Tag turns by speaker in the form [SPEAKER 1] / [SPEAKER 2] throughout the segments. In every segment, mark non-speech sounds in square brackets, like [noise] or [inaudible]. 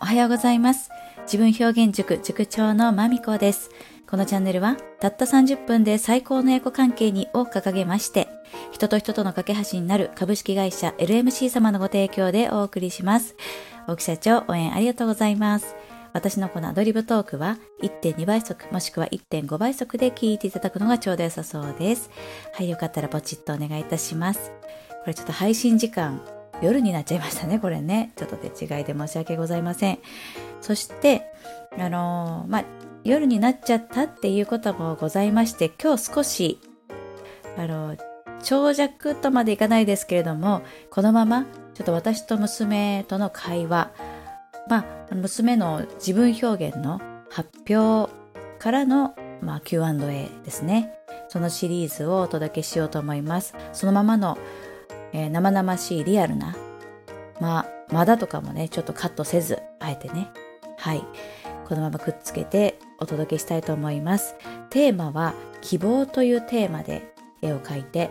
[SPEAKER 1] はようございます自分表現塾塾長のまみこですこのチャンネルはたった30分で最高のエコ関係にを掲げまして人と人との架け橋になる株式会社 LMC 様のご提供でお送りします大木社長応援ありがとうございます私のこのアドリブトークは1.2倍速もしくは1.5倍速で聞いていただくのがちょうど良さそうですはいよかったらポチッとお願いいたしますこれちょっと配信時間夜になっちゃいましたねこれねちょっと手違いで申し訳ございませんそしてあのーまあ夜になっちゃったっていうこともございまして今日少しあのー長尺とまでいかないですけれどもこのままちょっと私と娘との会話まあ娘の自分表現の発表からの、まあ、Q&A ですねそのシリーズをお届けしようと思いますそのままのえー生々しいリアルな、まあ、まだとかもね、ちょっとカットせず、あえてね、はい、このままくっつけてお届けしたいと思います。テーマは、希望というテーマで絵を描いて、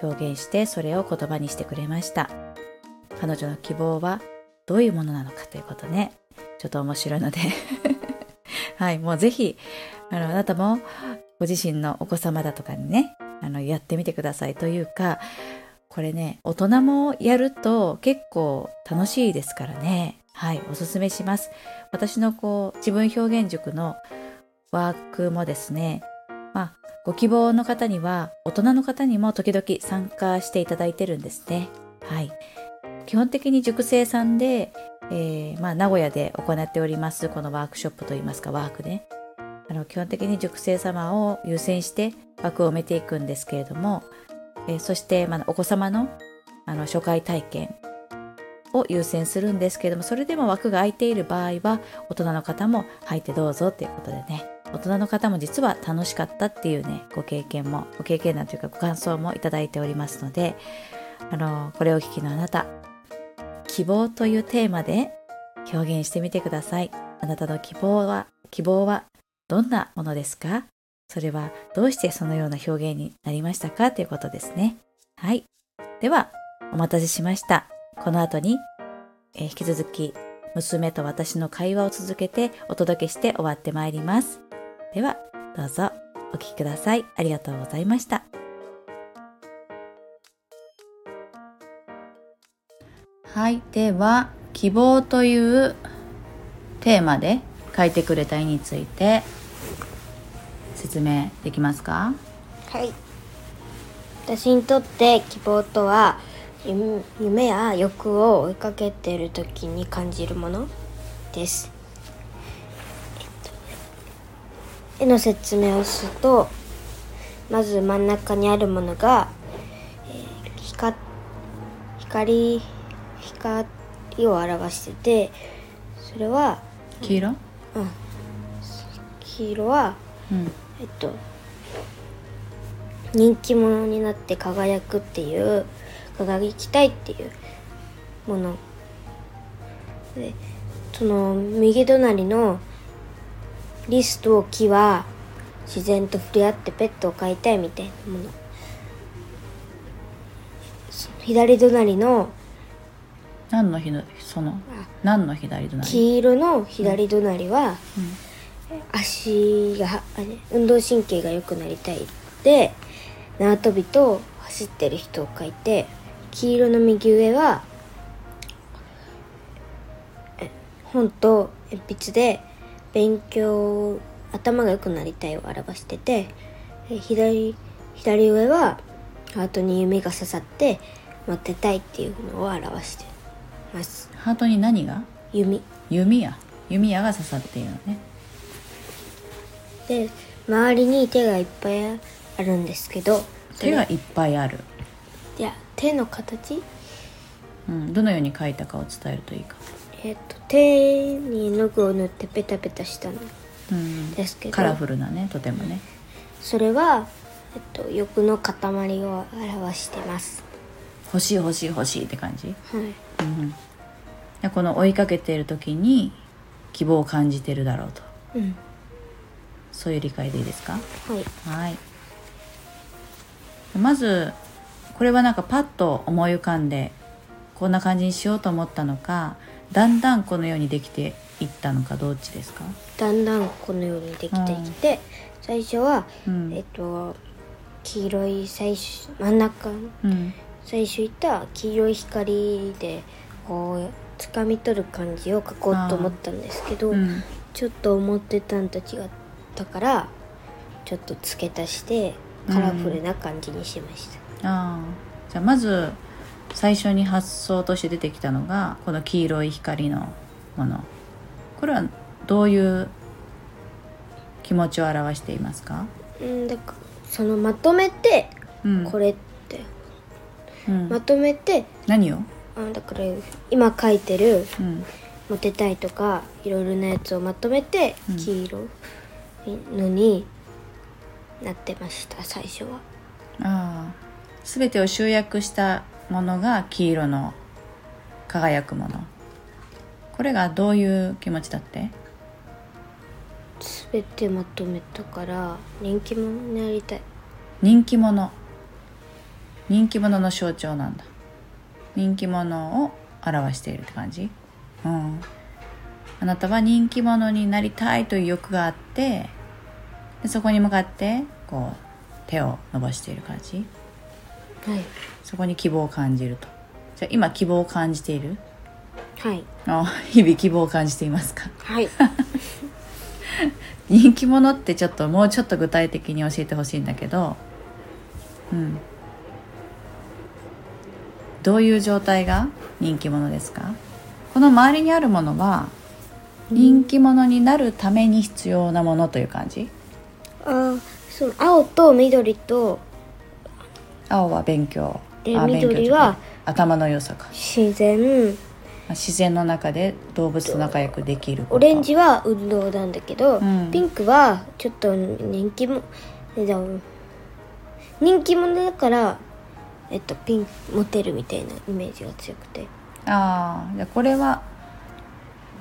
[SPEAKER 1] 表現して、それを言葉にしてくれました。彼女の希望は、どういうものなのかということね、ちょっと面白いので、 [laughs] はい、もうぜひ、あの、あなたも、ご自身のお子様だとかにね、あの、やってみてくださいというか、これね大人もやると結構楽しいですからねはいおすすめします私のこう自分表現塾のワークもですねまあご希望の方には大人の方にも時々参加していただいてるんですねはい基本的に塾生さんで、えーまあ、名古屋で行っておりますこのワークショップといいますかワークねあの基本的に塾生様を優先して枠を埋めていくんですけれどもえーそして、まあ、お子様のあの初回体験を優先するんですけれどもそれでも枠が空いている場合は大人の方も入ってどうぞということでね大人の方も実は楽しかったっていうねご経験もご経験談というかご感想もいただいておりますのであのこれをお聞きのあなた希望というテーマで表現してみてくださいあなたの希望は希望はどんなものですかそれはどうしてそのような表現になりましたかということですね。はい。では、お待たせしました。この後に、えー引き続き、娘と私の会話を続けてお届けして終わってまいります。では、どうぞお聞きください。ありがとうございました。はい。では、希望というテーマで書いてくれた絵について説明できますか
[SPEAKER 2] はい私にとって希望とは夢夢や欲を追いかけている時に感じるものです、えっと、絵の説明をするとまず真ん中にあるものが、えー光光光を表しててそれは、
[SPEAKER 1] 黄色
[SPEAKER 2] うん、黄色は
[SPEAKER 1] うん
[SPEAKER 2] えっと人気者になって輝くっていう輝きたいっていうものでその右隣のリスと木は自然と触れ合ってペットを飼いたいみたいなものそ左隣の
[SPEAKER 1] 何の日のその
[SPEAKER 2] あ
[SPEAKER 1] 何の左隣
[SPEAKER 2] 黄色の左隣は
[SPEAKER 1] うん
[SPEAKER 2] 足があ運動神経が良くなりたいで縄跳びと走ってる人を描いて黄色の右上はえ本と鉛筆で勉強頭が良くなりたいを表しててえ左左上はハートに夢が刺さって待ってたいっていうのを表してます
[SPEAKER 1] ハートに何が
[SPEAKER 2] 弓
[SPEAKER 1] 弓矢弓矢が刺さっているのね
[SPEAKER 2] で周りに手がいっぱいあるんですけどそれ
[SPEAKER 1] 手がいっぱいある、
[SPEAKER 2] いや手の形
[SPEAKER 1] うん、どのように描いたかを伝えるといいか、
[SPEAKER 2] えっ、と手に絵の具を塗ってペタペタしたの
[SPEAKER 1] うん、
[SPEAKER 2] ですけど
[SPEAKER 1] カラフルなねとてもね
[SPEAKER 2] それは、えっと欲の塊を表してます
[SPEAKER 1] 欲しい欲しい欲しいって感じ、
[SPEAKER 2] はい
[SPEAKER 1] うんうんで、この追いかけている時に希望を感じてるだろうと
[SPEAKER 2] うん
[SPEAKER 1] そういう理解でいいですか
[SPEAKER 2] はい
[SPEAKER 1] はいまずこれはなんかパッと思い浮かんでこんな感じにしようと思ったのかだんだんこのようにできて行ったのかどっちですか
[SPEAKER 2] だんだんこのようにできてきて、最初は、
[SPEAKER 1] うん
[SPEAKER 2] えっと黄色い最初真ん中
[SPEAKER 1] うん
[SPEAKER 2] 最初言った黄色い光でこう掴み取る感じを描こうと思ったんですけど、
[SPEAKER 1] うん
[SPEAKER 2] ちょっと思ってたんと違ったからちょっと付け足してカラフルな感じにしました、
[SPEAKER 1] ああじゃあまず最初に発想として出てきたのがこの黄色い光のものこれはどういう気持ちを表していますか、
[SPEAKER 2] うん、だからそのまとめて
[SPEAKER 1] うん
[SPEAKER 2] これって、
[SPEAKER 1] うん
[SPEAKER 2] まとめて
[SPEAKER 1] 何を、
[SPEAKER 2] あだから今描いてる
[SPEAKER 1] うん
[SPEAKER 2] モテたいとかいろいろなやつをまとめて
[SPEAKER 1] うん
[SPEAKER 2] 黄色いのになってました最初は
[SPEAKER 1] ああ全てを集約したものが黄色の輝くものこれがどういう気持ちだって
[SPEAKER 2] 全てまとめたから人気者になりたい
[SPEAKER 1] 人気者人気者の象徴なんだ人気者を表しているって感じうんあなたは人気者になりたいという欲があってでそこに向かってこう手を伸ばしている感じ
[SPEAKER 2] はい
[SPEAKER 1] そこに希望を感じるとじゃあ今希望を感じている
[SPEAKER 2] はい
[SPEAKER 1] あ日々希望を感じていますか [laughs]
[SPEAKER 2] はい
[SPEAKER 1] 人気者ってちょっともうちょっと具体的に教えてほしいんだけどうんどういう状態が人気者ですかこの周りにあるものは人気者になるために必要なものという感じ
[SPEAKER 2] [laughs] あーその青と緑と
[SPEAKER 1] 青は勉強
[SPEAKER 2] で
[SPEAKER 1] あ勉強
[SPEAKER 2] 緑は
[SPEAKER 1] というか頭の良さか
[SPEAKER 2] 自然
[SPEAKER 1] まあ自然の中で動物と仲良くできること
[SPEAKER 2] オレンジは運動なんだけど、
[SPEAKER 1] うん
[SPEAKER 2] ピンクはちょっと人気もえでも人気者だからえっとピンクモテるみたいなイメージが強くて
[SPEAKER 1] ああじゃあこれは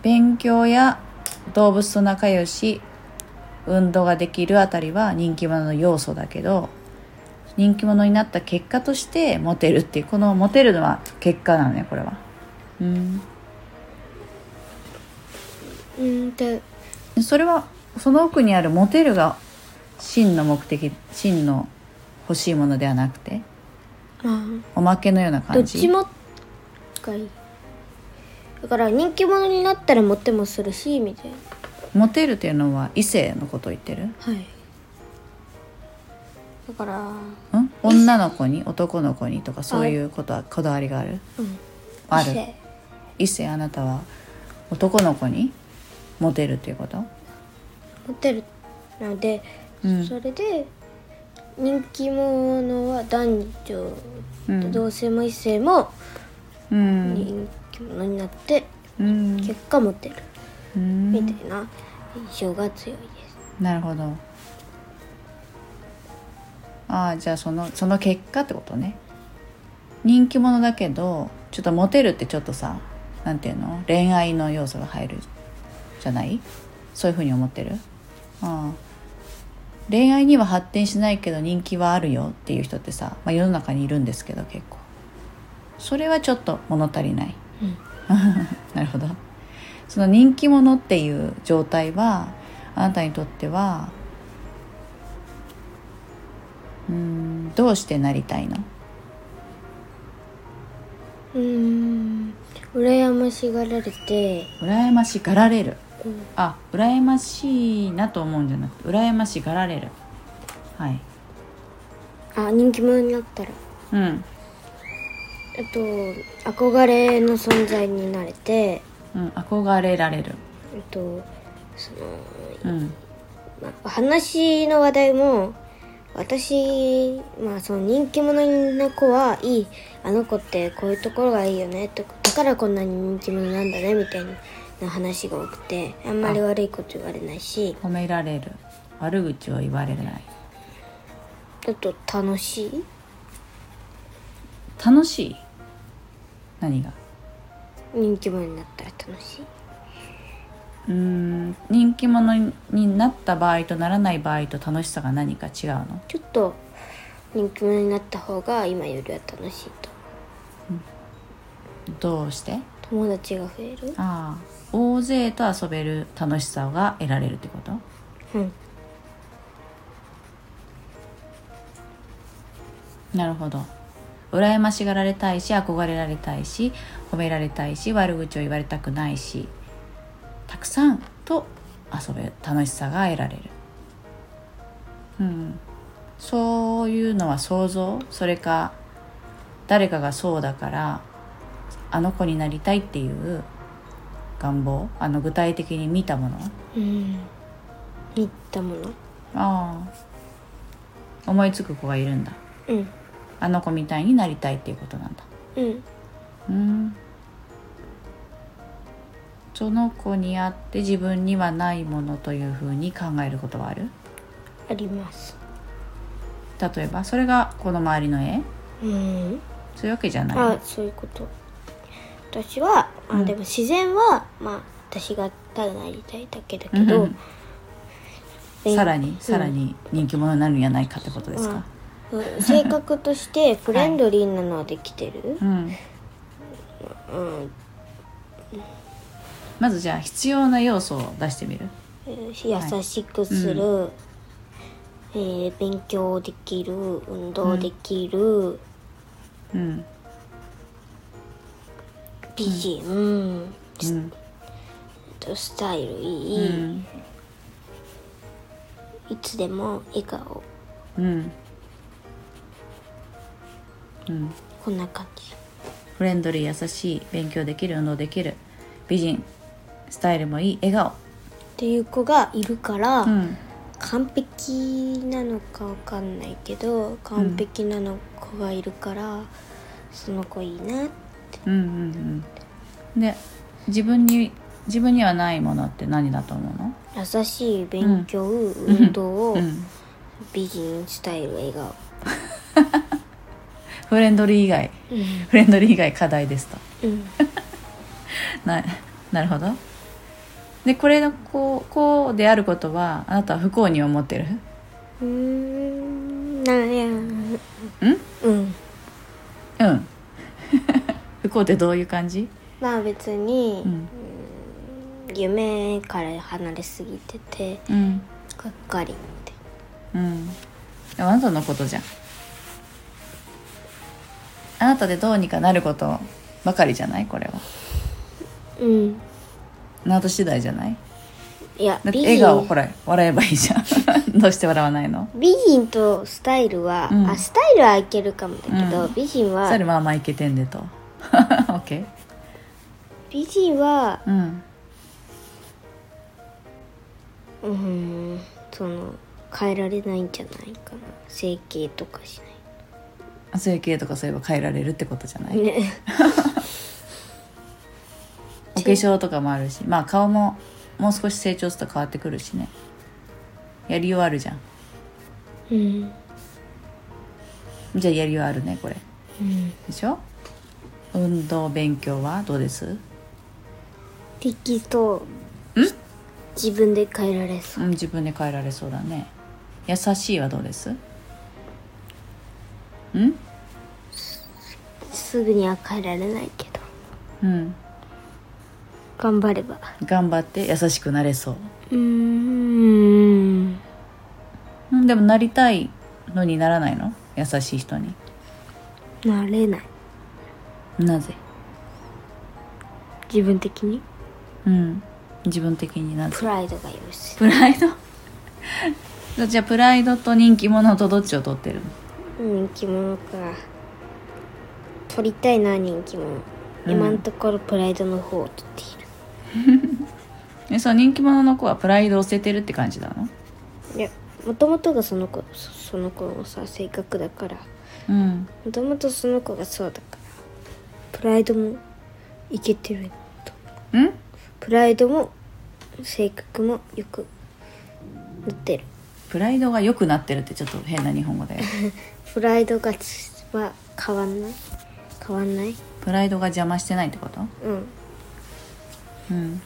[SPEAKER 1] 勉強や動物と仲良し運動ができるあたりは人気者の要素だけど人気者になった結果としてモテるっていうこのモテるのは結果なのねこれは。うん、
[SPEAKER 2] うんで
[SPEAKER 1] でそれはその奥にあるモテるが真の目的真の欲しいものではなくて
[SPEAKER 2] ま
[SPEAKER 1] おまけのような
[SPEAKER 2] あど
[SPEAKER 1] 感
[SPEAKER 2] っ
[SPEAKER 1] じ。
[SPEAKER 2] ちもがいいだから人気者になったらモテもするしみたいな
[SPEAKER 1] モテるっていうのは異性のことを言ってる
[SPEAKER 2] はいだから
[SPEAKER 1] ん女の子に男の子にとかそういうことはこだわりがある
[SPEAKER 2] うん
[SPEAKER 1] ある
[SPEAKER 2] 異性
[SPEAKER 1] 異性あなたは男の子にモテるっていうこと
[SPEAKER 2] モテるなので、
[SPEAKER 1] うん
[SPEAKER 2] それで人気者は男女、
[SPEAKER 1] うん
[SPEAKER 2] 同性も異性も
[SPEAKER 1] うん
[SPEAKER 2] 人気者になって、
[SPEAKER 1] うん
[SPEAKER 2] 結果モテる
[SPEAKER 1] うん
[SPEAKER 2] みたいな印象が強いです、
[SPEAKER 1] なるほどああじゃあそのその結果ってことね人気者だけどちょっとモテるってちょっとさなんていうの恋愛の要素が入るじゃないそういうふうに思ってるああ恋愛には発展しないけど人気はあるよっていう人ってさ、まあ、世の中にいるんですけど結構それはちょっと物足りない
[SPEAKER 2] うん、
[SPEAKER 1] [laughs] なるほどその人気者っていう状態はあなたにとってはうーんどうしてなりたいの
[SPEAKER 2] うーん羨ましがられて
[SPEAKER 1] 羨ましがられる
[SPEAKER 2] うん
[SPEAKER 1] あ羨ましいなと思うんじゃなくて羨ましがられるはい
[SPEAKER 2] あ人気者になったら
[SPEAKER 1] うん
[SPEAKER 2] あと憧れの存在になれて
[SPEAKER 1] うん憧れられる
[SPEAKER 2] あとそ
[SPEAKER 1] う
[SPEAKER 2] の
[SPEAKER 1] ん
[SPEAKER 2] まあ話の話題も私、まあ、その人気者の子はいいあの子ってこういうところがいいよねとかだからこんなに人気者なんだねみたいな話が多くてあんまり悪いこと言われないし
[SPEAKER 1] 褒められる悪口を言われない
[SPEAKER 2] あと楽しい
[SPEAKER 1] 楽しい何が
[SPEAKER 2] 人気者になったら楽しいう
[SPEAKER 1] ーん人気者になった場合とならない場合と楽しさが何か違うの
[SPEAKER 2] ちょっと人気者になった方が今よりは楽しいと
[SPEAKER 1] どうして
[SPEAKER 2] 友達が増える
[SPEAKER 1] ああ大勢と遊べる楽しさが得られるってこと
[SPEAKER 2] うん
[SPEAKER 1] なるほど羨ましがられたいし憧れられたいし褒められたいし悪口を言われたくないしたくさんと遊べる楽しさが得られるうんそういうのは想像それか誰かがそうだからあの子になりたいっていう願望あの具体的に見たもの
[SPEAKER 2] うん見たもの
[SPEAKER 1] ああ思いつく子がいるんだ
[SPEAKER 2] うん
[SPEAKER 1] あの子みたいになりたいっていうことなんだ
[SPEAKER 2] うん
[SPEAKER 1] うんその子にあって自分にはないものというふうに考えることはある
[SPEAKER 2] あります
[SPEAKER 1] 例えばそれがこの周りの絵
[SPEAKER 2] うん
[SPEAKER 1] そういうわけじゃない
[SPEAKER 2] あそういうこと私は、あでも自然はまあ私がただなりたいだけだけど、
[SPEAKER 1] うんさらにさらに人気者になるんじゃないかってことですか
[SPEAKER 2] うん性格としてフレンドリーなのはできてる、
[SPEAKER 1] うんまずじゃあ必要な要素を出してみる
[SPEAKER 2] えー優しくする、えー勉強できる運動できる、
[SPEAKER 1] うん
[SPEAKER 2] 美人、うん、
[SPEAKER 1] うん
[SPEAKER 2] とスタイルいい、
[SPEAKER 1] うん
[SPEAKER 2] いつでも笑顔
[SPEAKER 1] うんうん
[SPEAKER 2] こんな感じ
[SPEAKER 1] フレンドリー優しい勉強できる運動できる美人スタイルもいい笑顔
[SPEAKER 2] っていう子がいるから、
[SPEAKER 1] うん
[SPEAKER 2] 完璧なのかわかんないけど完璧なの子がいるから、その子いいな
[SPEAKER 1] うんうんうんで自分に自分にはないものって何だと思うの
[SPEAKER 2] 優しい勉強、運動、
[SPEAKER 1] うん、
[SPEAKER 2] 美人スタイル笑顔
[SPEAKER 1] フレンドリー以外フレンドリー以外課題ですと
[SPEAKER 2] うん
[SPEAKER 1] ななるほどでこれのこうこうであることはあなたは不幸に思ってる
[SPEAKER 2] うーんなんやうん
[SPEAKER 1] うん
[SPEAKER 2] うん
[SPEAKER 1] うん [laughs] 不幸ってどういう感じ
[SPEAKER 2] まあ別に、
[SPEAKER 1] うん
[SPEAKER 2] 夢から離れすぎてて
[SPEAKER 1] うん
[SPEAKER 2] がっかりって
[SPEAKER 1] うんでもあなたのことじゃんあなたでどうにかなることばかりじゃないこれは
[SPEAKER 2] うん
[SPEAKER 1] あなた次第じゃない
[SPEAKER 2] いや
[SPEAKER 1] だって
[SPEAKER 2] 美
[SPEAKER 1] 笑顔ほ
[SPEAKER 2] 人
[SPEAKER 1] ら笑えばいいじゃ
[SPEAKER 2] [laughs]
[SPEAKER 1] んどうして笑わないの
[SPEAKER 2] 美人とスタイルは、
[SPEAKER 1] うん
[SPEAKER 2] あスタイルはいけるかもだけど、
[SPEAKER 1] うん
[SPEAKER 2] 美人は
[SPEAKER 1] それまあまあいけてんでと [laughs] OK
[SPEAKER 2] 美人は
[SPEAKER 1] うん
[SPEAKER 2] うーんその変えられないんじゃないかな整形とかし
[SPEAKER 1] 整形とかそういえば変えられるってことじゃな
[SPEAKER 2] ないいね
[SPEAKER 1] お化粧とかもあるしまあ顔ももう少し成長すると変わってくるしねやりようあるじゃん
[SPEAKER 2] [laughs] うん
[SPEAKER 1] じゃあやりようあるねこれ
[SPEAKER 2] うん
[SPEAKER 1] でしょ運動勉強はどうです
[SPEAKER 2] 適当自分で変えられそう
[SPEAKER 1] うん、自分で変えられそうだね優しいはどうですうん
[SPEAKER 2] すぐには変えられないけど
[SPEAKER 1] うん
[SPEAKER 2] 頑張れば
[SPEAKER 1] 頑張って優しくなれそう
[SPEAKER 2] うーん
[SPEAKER 1] うんでもなりたいのにならないの優しい人に
[SPEAKER 2] なれない
[SPEAKER 1] なぜ
[SPEAKER 2] 自分的に
[SPEAKER 1] うん自分的になぜ
[SPEAKER 2] プライドが許せ
[SPEAKER 1] プライド [laughs] じゃあプライドと人気者とどっちを取ってるの
[SPEAKER 2] 人気者か取りたいな人気者、今のところプライドの方を取っている
[SPEAKER 1] えその人気者の子はプライドを捨ててるって感じなの
[SPEAKER 2] いやもともとがその子そその子のさ性格だから
[SPEAKER 1] うん
[SPEAKER 2] もともとその子がそうだからプライドもいけてると
[SPEAKER 1] うん
[SPEAKER 2] プライドも性格もよくなってる
[SPEAKER 1] プライドが良くなってるってちょっと変な日本語だよ [laughs]
[SPEAKER 2] プライドがつは変わんない変わんない
[SPEAKER 1] プライドが邪魔してないってこと
[SPEAKER 2] うん
[SPEAKER 1] うん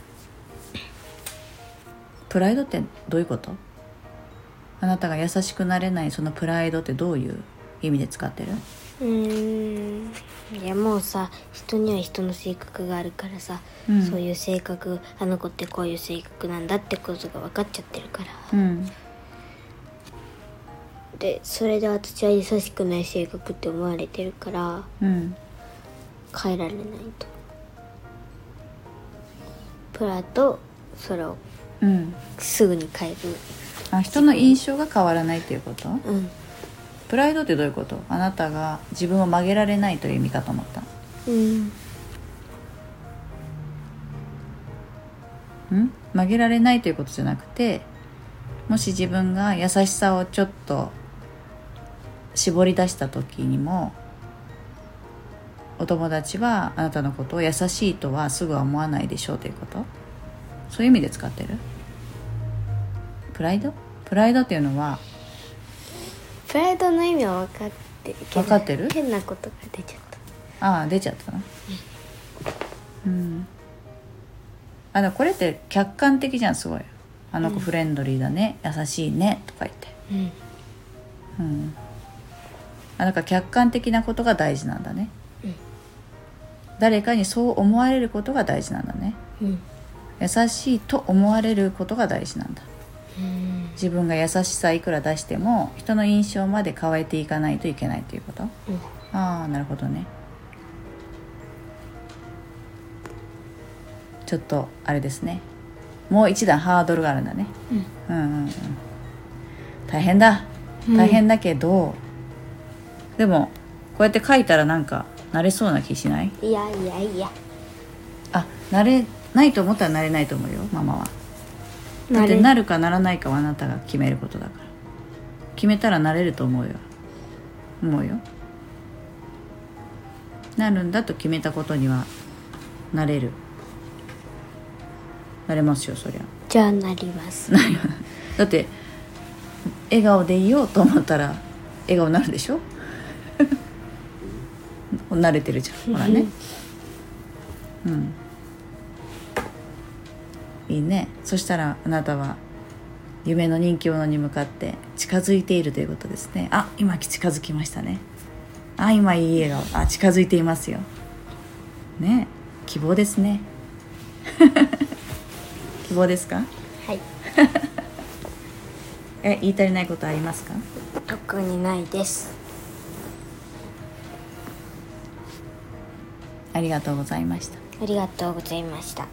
[SPEAKER 1] プライドってどういうことあなたが優しくなれないそのプライドってどういう意味で使ってる
[SPEAKER 2] うーんいやもうさ人には人の性格があるからさ、
[SPEAKER 1] うん
[SPEAKER 2] そういう性格あの子ってこういう性格なんだってことが分かっちゃってるから、
[SPEAKER 1] うん
[SPEAKER 2] でそれで私は優しくない性格って思われてるから
[SPEAKER 1] うん
[SPEAKER 2] 変えられないとプラとそれを
[SPEAKER 1] うん
[SPEAKER 2] すぐに変える
[SPEAKER 1] あ人の印象が変わらないということ
[SPEAKER 2] うん
[SPEAKER 1] プライドってどういうことあなたが自分を曲げられないという意味かと思った
[SPEAKER 2] うん
[SPEAKER 1] ん曲げられないということじゃなくてもし自分が優しさをちょっと絞り出した時にもお友達はあなたのことを優しいとはすぐは思わないでしょうということそういう意味で使ってるプライドプライドっていうのは
[SPEAKER 2] プライドの意味は分かってるけど
[SPEAKER 1] 分かってる
[SPEAKER 2] 変なことが出ちゃった
[SPEAKER 1] ああ出ちゃったなうんあでもこれって客観的じゃんすごいあの子フレンドリーだね、優しいねとか言って
[SPEAKER 2] うん
[SPEAKER 1] うんあなんか客観的なことが大事なんだね、
[SPEAKER 2] うん
[SPEAKER 1] 誰かにそう思われることが大事なんだね
[SPEAKER 2] うん
[SPEAKER 1] 優しいと思われることが大事なんだ
[SPEAKER 2] うん
[SPEAKER 1] 自分が優しさいくら出しても人の印象まで変えていかないといけないということ
[SPEAKER 2] うん
[SPEAKER 1] ああなるほどねちょっとあれですねもう一段ハードルがあるんだね、うん、うんうん大変だ
[SPEAKER 2] うん
[SPEAKER 1] 大変だけど、でもこうやって書いたらなんか慣れそうな気しない
[SPEAKER 2] いやいやいや
[SPEAKER 1] あ慣れないと思ったら慣れないと思うよママはだってなるかならないかはあなたが決めることだから決めたらなれると思うよ思うよなるんだと決めたことにはなれるなれますよそりゃ
[SPEAKER 2] じゃあなります
[SPEAKER 1] だって笑顔でいようと思ったら笑顔になるでしょ [laughs] 慣れてるじゃんほらねうんいいねそしたらあなたは夢の人気者に向かって近づいているということですねあ今近づきましたねあ今いい笑顔あ近づいていますよね希望ですね [laughs] 希望ですか
[SPEAKER 2] はい
[SPEAKER 1] え言い足りないことありますか
[SPEAKER 2] 特にないです
[SPEAKER 1] ありがとうございました
[SPEAKER 2] ありがとうございました